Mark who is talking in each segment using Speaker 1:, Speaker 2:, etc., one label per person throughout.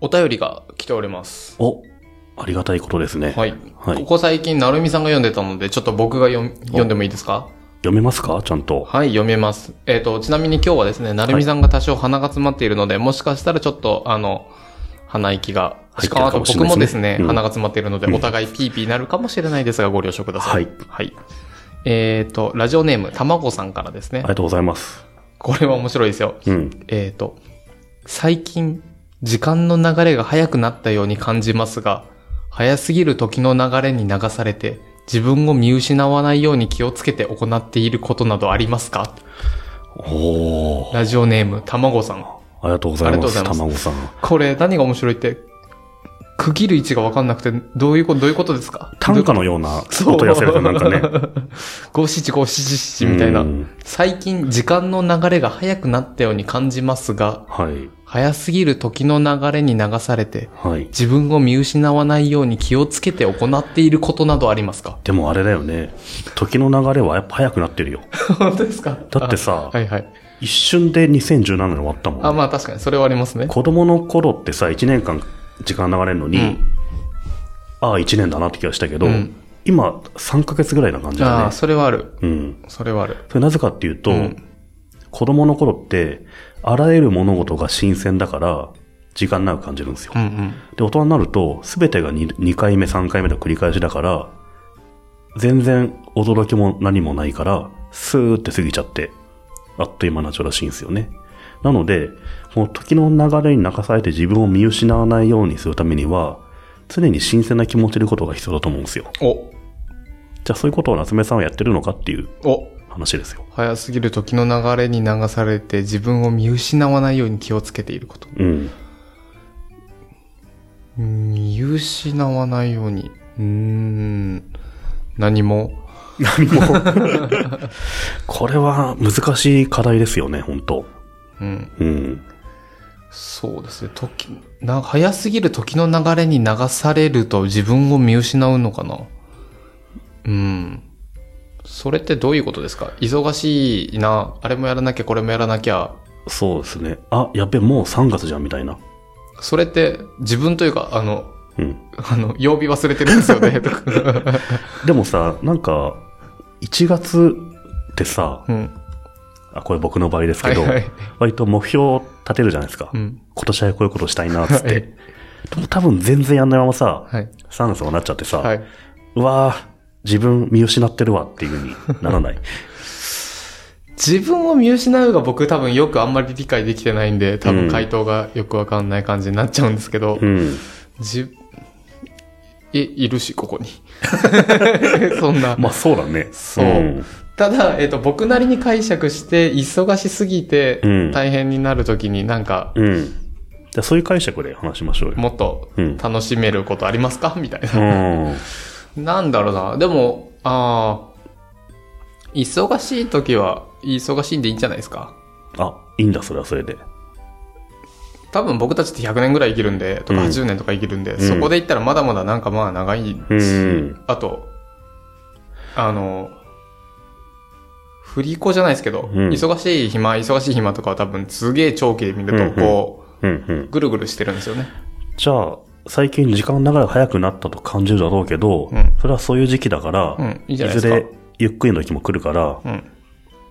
Speaker 1: お便りが来ております。
Speaker 2: お、ありがたいことですね。
Speaker 1: はい。
Speaker 2: はい
Speaker 1: ここ最近、なるみさんが読んでたので、ちょっと僕が読み読んでもいいですか
Speaker 2: 読めますかちゃんと。
Speaker 1: はい、読めます。えっ、と、ちなみに今日はですね、なるみさんが多少鼻が詰まっているので、もしかしたらちょっと、あの、鼻息が、
Speaker 2: 入
Speaker 1: し
Speaker 2: って
Speaker 1: か
Speaker 2: る
Speaker 1: もあ
Speaker 2: か
Speaker 1: と
Speaker 2: もし
Speaker 1: 僕
Speaker 2: れな
Speaker 1: も
Speaker 2: い
Speaker 1: で
Speaker 2: ですす
Speaker 1: ね
Speaker 2: ね、
Speaker 1: 鼻が詰まっているので、お互いピーピーなるかもしれないですが、ご了承ください。
Speaker 2: はい。
Speaker 1: はい。えっ、と、ラジオネーム、たまごさんからです
Speaker 2: あ
Speaker 1: ね
Speaker 2: り。がとうございます。
Speaker 1: これは面白いですよ。
Speaker 2: うん。
Speaker 1: えっ、と、最近、時間の流れが早くなったように感じますが、早すぎる時の流れに流されて、自分を見失わないように気をつけて行っていることなどありますか
Speaker 2: おー。
Speaker 1: ラジオネーム、たまごさん。
Speaker 2: ありがとうござ
Speaker 1: あり
Speaker 2: い
Speaker 1: がと
Speaker 2: ま
Speaker 1: うござ
Speaker 2: す。
Speaker 1: いま
Speaker 2: た
Speaker 1: す
Speaker 2: まごさん。
Speaker 1: これ、何が面白いって、区切る位置がわかんなくて、どういうこと、どういうことですか
Speaker 2: 短歌のような
Speaker 1: そう。
Speaker 2: 音やせるとなん かね。。
Speaker 1: 五七五七七みたいうなん最近、時間の流れが早くなったように感じますが、
Speaker 2: はい。
Speaker 1: 早すぎる時の流れに流されて、
Speaker 2: はい。
Speaker 1: 自分を見失わないように気をつけて行っていることなどありますか
Speaker 2: でもあれだよね。時の流れはやっぱ早くなってるよ。
Speaker 1: 本当ですか
Speaker 2: だってさ
Speaker 1: あはいはい。
Speaker 2: 一瞬で2017年終わったもん、ね。
Speaker 1: あ、まあ確かに、それはありますね。
Speaker 2: 子供の頃ってさ、1年間時間流れるのに、
Speaker 1: うん
Speaker 2: ああ、1年だなって気がしたけど、
Speaker 1: うん
Speaker 2: 今、3ヶ月ぐらいな感じ
Speaker 1: あ
Speaker 2: だ
Speaker 1: あ、
Speaker 2: ね。
Speaker 1: それはある。
Speaker 2: うん。
Speaker 1: それはある。
Speaker 2: それなぜかっていうと、
Speaker 1: ん
Speaker 2: 子供の頃って、あらゆる物事が新鮮だから、時間長く感じるんですよ。
Speaker 1: うんうん。
Speaker 2: で、大人になると、すべてが 2, 2回目、3回目の繰り返しだから、全然驚きも何もないから、スーって過ぎちゃって、あっという間になっちゃうらしいんですよね。なので、この時の流れに流されて自分を見失わないようにするためには、常に新鮮な気持ちでいることが必要だと思うんですよ。
Speaker 1: お、
Speaker 2: じゃあそういうことを夏目さんはやってるのかっていう
Speaker 1: お、
Speaker 2: 話ですよ。
Speaker 1: 早すぎる時の流れに流されて自分を見失わないように気をつけていること。
Speaker 2: うん。
Speaker 1: 見失わないように。うーん。何も。
Speaker 2: これは難しい課題ですよね、本当
Speaker 1: うん。
Speaker 2: うん。
Speaker 1: そうですね。時、な、早すぎる時の流れに流されると自分を見失うのかなうん。それってどういうことですか忙しいな、あれもやらなきゃ、これもやらなきゃ。
Speaker 2: そうですね。あ、やっべ、もう3月じゃん、みたいな。
Speaker 1: それって自分というか、あの、
Speaker 2: うん。
Speaker 1: あの、曜日忘れてるんですよね、とか。
Speaker 2: でもさ、なんか、1月ってさ、
Speaker 1: うん。
Speaker 2: あ、これ僕の場合ですけど、
Speaker 1: はいはい
Speaker 2: 割と目標を立てるじゃないですか。
Speaker 1: うん。
Speaker 2: 今年はこういうことしたいな、つって。
Speaker 1: はい
Speaker 2: でも多分全然やんないままさ、
Speaker 1: はい。
Speaker 2: 3月になっちゃってさ、
Speaker 1: はい。
Speaker 2: うわぁ、自分見失ってるわっていう風にならない。
Speaker 1: 自分を見失うが僕多分よくあんまり理解できてないんで、多分回答がよくわかんない感じになっちゃうんですけど、
Speaker 2: うん。
Speaker 1: じ、い、いるし、ここに。 そんな。
Speaker 2: まあそうだね。
Speaker 1: そう
Speaker 2: うん
Speaker 1: ただ、えっ、と、僕なりに解釈して、忙しすぎて
Speaker 2: うん、
Speaker 1: 大変になるときになんか、
Speaker 2: うん。じゃあそういう解釈で話しましょうよ。
Speaker 1: もっと
Speaker 2: うん
Speaker 1: 楽しめることありますかみたいな。
Speaker 2: うん。
Speaker 1: なんだろうな。でも、ああ、忙しい時は、忙しいんでいいんじゃないですか。
Speaker 2: あ、いいんだ、それはそれで。
Speaker 1: 多分僕たちって100年ぐらい生きるんで、とか
Speaker 2: うん
Speaker 1: 80年とか生きるんで、
Speaker 2: ん
Speaker 1: そこで言ったらまだまだなんかまあ長いし、
Speaker 2: うん
Speaker 1: あと、あの、振り子じゃないですけど、
Speaker 2: ん
Speaker 1: 忙しい暇、忙しい暇とかは多分すげえ長期で見ると、こう、
Speaker 2: うんうん。
Speaker 1: ぐるぐるしてるんですよね。
Speaker 2: じゃあ、最近時間の流れが早くなったと感じるだろうけど、
Speaker 1: うん
Speaker 2: それはそういう時期だから、
Speaker 1: うんいい
Speaker 2: い
Speaker 1: じゃないです
Speaker 2: ず
Speaker 1: か
Speaker 2: れゆっくりの時も来るから、
Speaker 1: うん。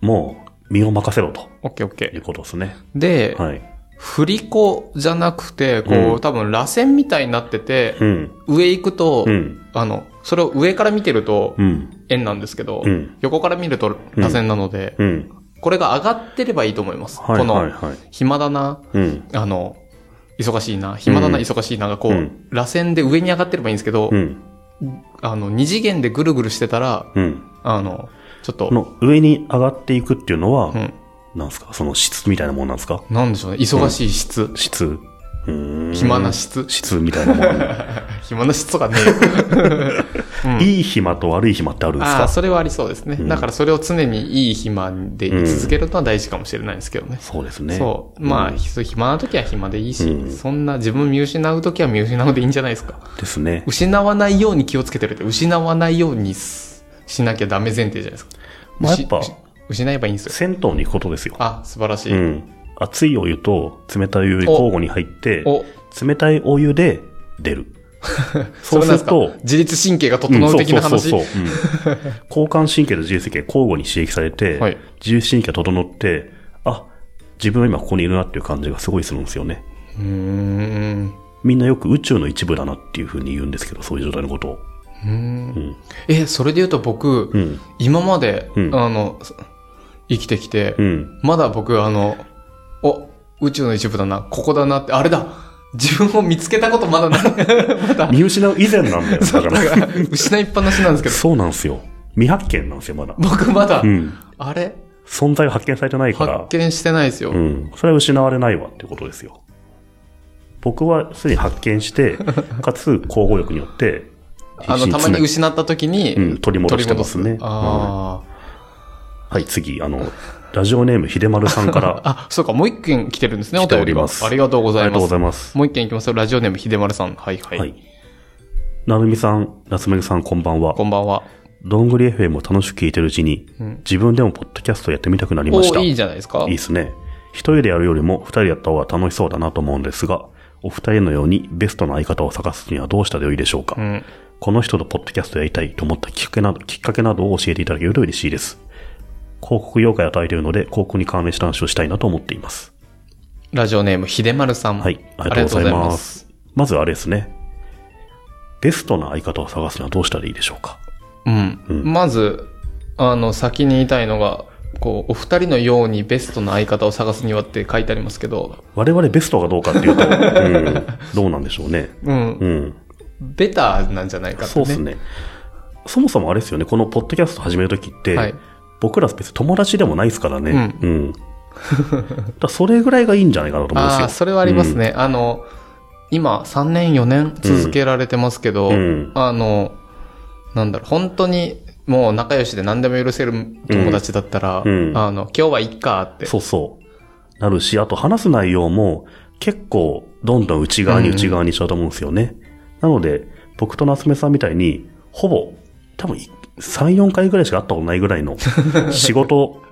Speaker 2: もう身を任せろと
Speaker 1: オッケーオッ
Speaker 2: い
Speaker 1: ケ
Speaker 2: うことですね。
Speaker 1: ー。で、
Speaker 2: はい。
Speaker 1: 振り子じゃなくて、こう、
Speaker 2: うん
Speaker 1: 多分螺旋みたいになってて、
Speaker 2: うん。
Speaker 1: 上行くと、
Speaker 2: うん。
Speaker 1: あの、それを上から見てると
Speaker 2: うん。
Speaker 1: 円なんですけど、
Speaker 2: うん
Speaker 1: 横から見ると螺旋なので、
Speaker 2: うん。
Speaker 1: これが上がってればいいと思います。
Speaker 2: はい
Speaker 1: この、
Speaker 2: はいはい
Speaker 1: 暇だな、
Speaker 2: うん。
Speaker 1: あの、忙しいな、暇だな、
Speaker 2: うん
Speaker 1: 忙しいながこう、
Speaker 2: うん
Speaker 1: 螺旋で上に上がってればいいんですけど、
Speaker 2: うん。
Speaker 1: あの、二次元でぐるぐるしてたら、
Speaker 2: うん。
Speaker 1: あの、ちょっと、
Speaker 2: この上に上がっていくっていうのは、
Speaker 1: うん
Speaker 2: なんですかその質みたいなもんなんですか
Speaker 1: なんでしょうね、忙しい質、
Speaker 2: 質。うーん。
Speaker 1: 暇な質、
Speaker 2: 質みたい なもん。
Speaker 1: 暇な質とか ね、
Speaker 2: いい暇と悪い暇ってあるんです
Speaker 1: ああ、
Speaker 2: か
Speaker 1: それはありそうですね、だからそれを常にいい暇で居続けるのは大事かもしれないですけどね。
Speaker 2: そうですね。
Speaker 1: そう。まあ、
Speaker 2: うん
Speaker 1: ひ暇な時は暇でいいし、
Speaker 2: うん
Speaker 1: そんな自分見失う時は見失うでいいんじゃないですか。
Speaker 2: ですね。
Speaker 1: 失わないように気をつけてるって、失わないようにすしなきゃダメ前提じゃないですか。
Speaker 2: まあやっぱ
Speaker 1: うし失えばいいんですよ。
Speaker 2: 銭湯に行くことですよ。
Speaker 1: あ、素晴らしい。
Speaker 2: うん。熱いお湯と冷たいお湯交互に入って
Speaker 1: お、
Speaker 2: 冷たいお湯で出 る。そうする
Speaker 1: れなん
Speaker 2: と
Speaker 1: すか、自律神経が整う的な話。
Speaker 2: うんそうそうそうそ ううん交感神経と自律神経交互に刺激されて、
Speaker 1: はい
Speaker 2: 自律神経が整って、あ、自分は今ここにいるなっていう感じがすごいするんですよね。
Speaker 1: うーん。
Speaker 2: みんなよく宇宙の一部だなっていうふうに言うんですけど、そういう状態のことを。
Speaker 1: うーんえ、それで言うと僕、
Speaker 2: うん。
Speaker 1: 今まで、
Speaker 2: うん
Speaker 1: あの、生きてきて、
Speaker 2: うん。
Speaker 1: まだ僕、あの、お、宇宙の一部だな、ここだなって、あれだ自分を見つけたことまだない。 まだ、
Speaker 2: 見失う以前なん だよ。だから。
Speaker 1: なんか失いっぱなしなんですけど、
Speaker 2: そうなんですよ。未発見なんですよ、まだ。
Speaker 1: 僕まだ、
Speaker 2: うん。
Speaker 1: あれ
Speaker 2: 存在が発見されてないから。
Speaker 1: 発見してないですよ。
Speaker 2: うん。それは失われないわってことですよ。僕はすでに発 見して、かつ、交互力によって、
Speaker 1: あの、
Speaker 2: 必
Speaker 1: た
Speaker 2: 死
Speaker 1: まに
Speaker 2: 詰
Speaker 1: 失った時に、
Speaker 2: めうん、取り戻してますね。は
Speaker 1: ああ、、
Speaker 2: いはい、次、あの、ラジオネーム、秀丸さんか ら
Speaker 1: あ、そうか、もう一件来てるんですね、お
Speaker 2: 来て
Speaker 1: 便
Speaker 2: お
Speaker 1: り
Speaker 2: り
Speaker 1: が
Speaker 2: ます
Speaker 1: ありがとうご
Speaker 2: あ
Speaker 1: ざ
Speaker 2: り
Speaker 1: い
Speaker 2: が
Speaker 1: ま
Speaker 2: とうご
Speaker 1: す。
Speaker 2: ざいます。
Speaker 1: もう一件いきますよ。ラジオネーム、秀丸さん。はいはい。
Speaker 2: はい。なるみさん、夏目さん、こんばんは
Speaker 1: こ。んばんは。
Speaker 2: どんぐり FM を楽しく聞いてるうちに、自分でもポッドキャストやってみたくなりまし
Speaker 1: お
Speaker 2: た。
Speaker 1: いいじゃないですか。
Speaker 2: いいですね。一人でやるよりも二人でやった方が楽しそうだなと思うんですが、お二人のようにベストな相方を探すにはどうしたらよいでしょうか、
Speaker 1: ん
Speaker 2: この人とポッドキャストやりたいと思ったきっかけなど、きっかけなどを教えていただけると嬉しいです。広告業界を与えているので、広告に関連した話をしたいなと思っています。
Speaker 1: ラジオネーム、秀丸さん。
Speaker 2: はい。ありがとうございます。まずあれですね。ベストな相方を探すにはどうしたらいいでしょうか
Speaker 1: ありがとうございます。うん。まず、あの、先に言いたいのが、こう、お二人のようにベストな相方を探すにはって書いてありますけど、
Speaker 2: 我々ベストがどうかって いうと、うん、どうなんでしょうね。
Speaker 1: うん。
Speaker 2: うん。
Speaker 1: ベターなんじゃないかって
Speaker 2: そ
Speaker 1: ね。
Speaker 2: うですね。そもそもあれですよね、このポッドキャスト始めるときって、
Speaker 1: はい
Speaker 2: 僕ら別に友達でもないですからね。うん。だからそれぐらいがいいんじゃないかなと思うんです
Speaker 1: あ
Speaker 2: よ。
Speaker 1: あ、それはありますね。あの、今、3年、4年続けられてますけど、
Speaker 2: うん
Speaker 1: あの、なんだろう、本当に、もう仲良しで何でも許せる友達だったら、
Speaker 2: うんうん
Speaker 1: あの、今日はいっかって。
Speaker 2: そうそう。なるし、あと話す内容も結構どんどん内側に内側にしちゃうと思うんですよね。なので、僕と夏目さんみたいに、ほぼ、多分い3、4回ぐらいしか会ったことないぐら いの仕事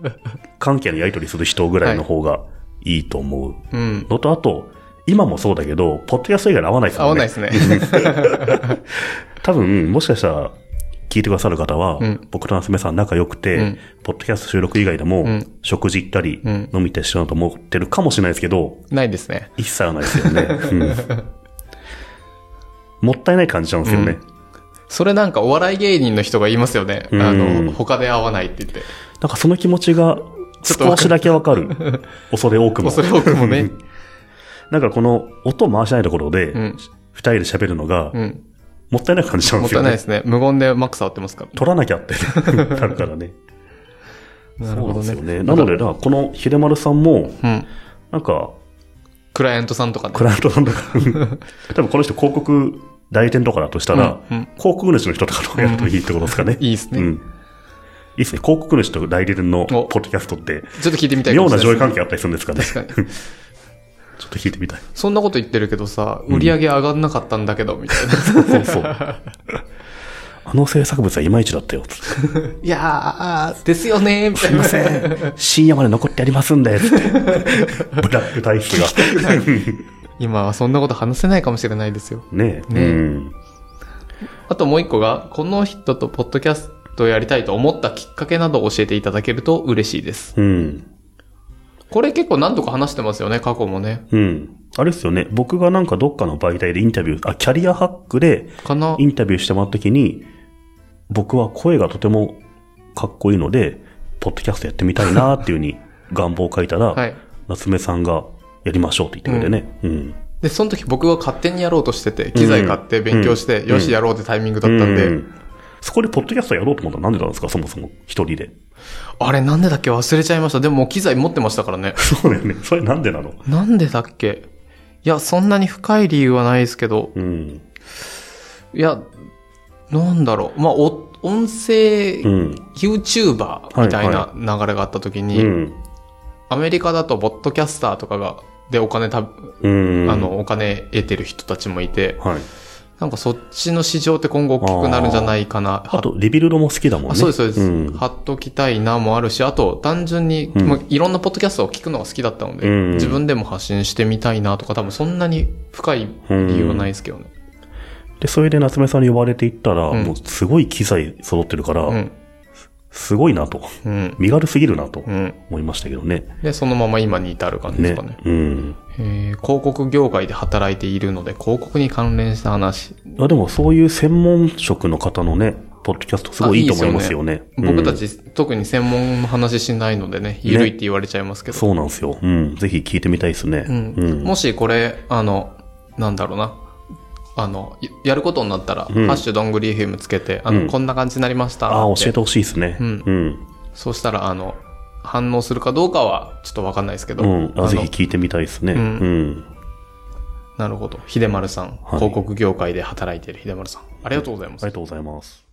Speaker 2: 関係のやり取りする人ぐらいの方がいいと思う。
Speaker 1: うん。
Speaker 2: のと、あと、今もそうだけど、ポッドキャスト以外で合わないです
Speaker 1: 合
Speaker 2: も
Speaker 1: わ
Speaker 2: ん
Speaker 1: ない
Speaker 2: ね
Speaker 1: で。 すね。
Speaker 2: 多分、もしかしたら、聞いてくださる方は、
Speaker 1: ん
Speaker 2: 僕と娘さん仲良くて、
Speaker 1: うん
Speaker 2: ポッドキャスト収録以外でも、
Speaker 1: ん
Speaker 2: 食事行ったり、
Speaker 1: ん
Speaker 2: 飲み行ったりしてるなと思ってるかもしれないですけど、
Speaker 1: ないですね。
Speaker 2: 一切はないです よね。うんもったいない感じなんですよね。
Speaker 1: それなんかお笑い芸人の人が言いますよね。
Speaker 2: ん
Speaker 1: あの、他で会わないって言って。
Speaker 2: なんかその気持ちが、
Speaker 1: ちょっとわかる
Speaker 2: 少しだけわかる。恐れ多くも。
Speaker 1: 恐れ多くも ね。
Speaker 2: だからこの、音を回しないところで、二、
Speaker 1: ん
Speaker 2: 人で喋るのが、
Speaker 1: うん。
Speaker 2: もったいない感じなん
Speaker 1: もっ
Speaker 2: です
Speaker 1: たい
Speaker 2: よ
Speaker 1: ない
Speaker 2: ね
Speaker 1: で。すね。無言でマック触ってますから。
Speaker 2: 取らなきゃ ってなるからね。
Speaker 1: なるほどね
Speaker 2: そうなんですよね。なので、だからこの秀丸さんも、
Speaker 1: うん。
Speaker 2: なんか、
Speaker 1: クライアントさんとかね
Speaker 2: ク。ラウドなんだから、 多分この人広告代理店とかだとしたら、
Speaker 1: うんうん
Speaker 2: 広告主の人とかとやるといいってことですかね。
Speaker 1: いいですね
Speaker 2: うん。いいですね。広告主と代理店のポ
Speaker 1: お
Speaker 2: ッドキャストって、
Speaker 1: ちょっと聞いてみたいか
Speaker 2: 妙
Speaker 1: もし
Speaker 2: な
Speaker 1: れ
Speaker 2: 上位
Speaker 1: ない
Speaker 2: 関係あったりするんですかね。
Speaker 1: です。確かに。
Speaker 2: ちょっと聞いてみたい。
Speaker 1: そんなこと言ってるけどさ、売り上げ上がんなかったんだけど、みたいな。
Speaker 2: そうそうそう。あの制作物はいまいちだったよ。つっ て
Speaker 1: いやー、ですよねー、みたいな。
Speaker 2: すいません。深夜まで残ってありますんで、つって。ブラック体質が。
Speaker 1: 今はそんなこと話せないかもしれないですよ。
Speaker 2: ねえ。
Speaker 1: ねえ
Speaker 2: うん。
Speaker 1: あともう一個が、この人とポッドキャストやりたいと思ったきっかけなどを教えていただけると嬉しいです。
Speaker 2: うん。
Speaker 1: これ結構何度か話してますよね、過去もね。
Speaker 2: うん。あれですよね。僕がなんかどっかの媒体でインタビュー、あ、キャリアハックで
Speaker 1: かな
Speaker 2: インタビューしてもらった時に、僕は声がとてもかっこいいので、ポッドキャストやってみたいなっていうふうに願望を書いたら、
Speaker 1: はい。
Speaker 2: 夏目さんがやりましょうって言ってくれてね。うん。
Speaker 1: で、その時僕は勝手にやろうとしてて、機材買って勉強して、よしやろうってタイミングだったんで、
Speaker 2: うんそこでポッドキャストやろうと思ったらなんでなんですかそもそも。一人で。
Speaker 1: あれなんでだっけ忘れちゃいました。でももう機材持ってましたからね。
Speaker 2: そうだよね。それなんでなの
Speaker 1: なんでだっけいや、そんなに深い理由はないですけど、
Speaker 2: うん。
Speaker 1: いや、なんだろう。まあ、お音声、
Speaker 2: うん。
Speaker 1: YouTuber みたいな
Speaker 2: は
Speaker 1: 流れがあった時に、
Speaker 2: うん。
Speaker 1: アメリカだとボッドキャスターとかが、でお金た、
Speaker 2: うん。
Speaker 1: あ、の、お金得てる人たちもいて、
Speaker 2: はい。
Speaker 1: なんかそっちの市場って今後大きくなるんじゃないかな。
Speaker 2: あと、リビルドも好きだもんね。
Speaker 1: あそうです、そうです。
Speaker 2: ん
Speaker 1: 貼っときたいなもあるし、あと、単純に、
Speaker 2: ん
Speaker 1: まあ、いろんなポッドキャストを聞くのが好きだったので、
Speaker 2: うんうん
Speaker 1: 自分でも発信してみたいなとか、多分そんなに深い理由はないですけどね。
Speaker 2: で、それで夏目さんに呼ばれていったら、
Speaker 1: ん
Speaker 2: もうすごい機材揃ってるから、
Speaker 1: うん。
Speaker 2: すごいなと。
Speaker 1: うん。
Speaker 2: 身軽すぎるなと
Speaker 1: うん。
Speaker 2: 思いましたけどね。
Speaker 1: で、そのまま今に至る感じですか
Speaker 2: ね
Speaker 1: ね。
Speaker 2: うん。
Speaker 1: えー広告業界で働いているので、広告に関連した話。
Speaker 2: あでもそういう専門職の方のね、ポッドキャストすごいいいと思いますよね。
Speaker 1: 僕た
Speaker 2: うん
Speaker 1: ち、特に専門の話しないのでね、ゆるいって言われちゃいますけど。
Speaker 2: そうなんですよ。うん。ぜひ聞いてみたいですね。
Speaker 1: うんもしこれ、あの、なんだろうな。あの、ややることになったら、
Speaker 2: ん
Speaker 1: ハッシュどんぐり FM つけて、あの、
Speaker 2: うん
Speaker 1: こんな感じになりましたって。
Speaker 2: ああ、教えてほしいですね。
Speaker 1: うん
Speaker 2: うん。
Speaker 1: そうしたら、あの、反応するかどうかは、ちょっとわかんないですけど。
Speaker 2: うん。
Speaker 1: あ
Speaker 2: あ
Speaker 1: の
Speaker 2: ぜひ聞いてみたいですね。
Speaker 1: ん
Speaker 2: うん。
Speaker 1: なるほど。秀丸さん、
Speaker 2: はい
Speaker 1: 広告業界で働いている秀丸さん。ありがとうございま
Speaker 2: あり
Speaker 1: す
Speaker 2: が。とうございます。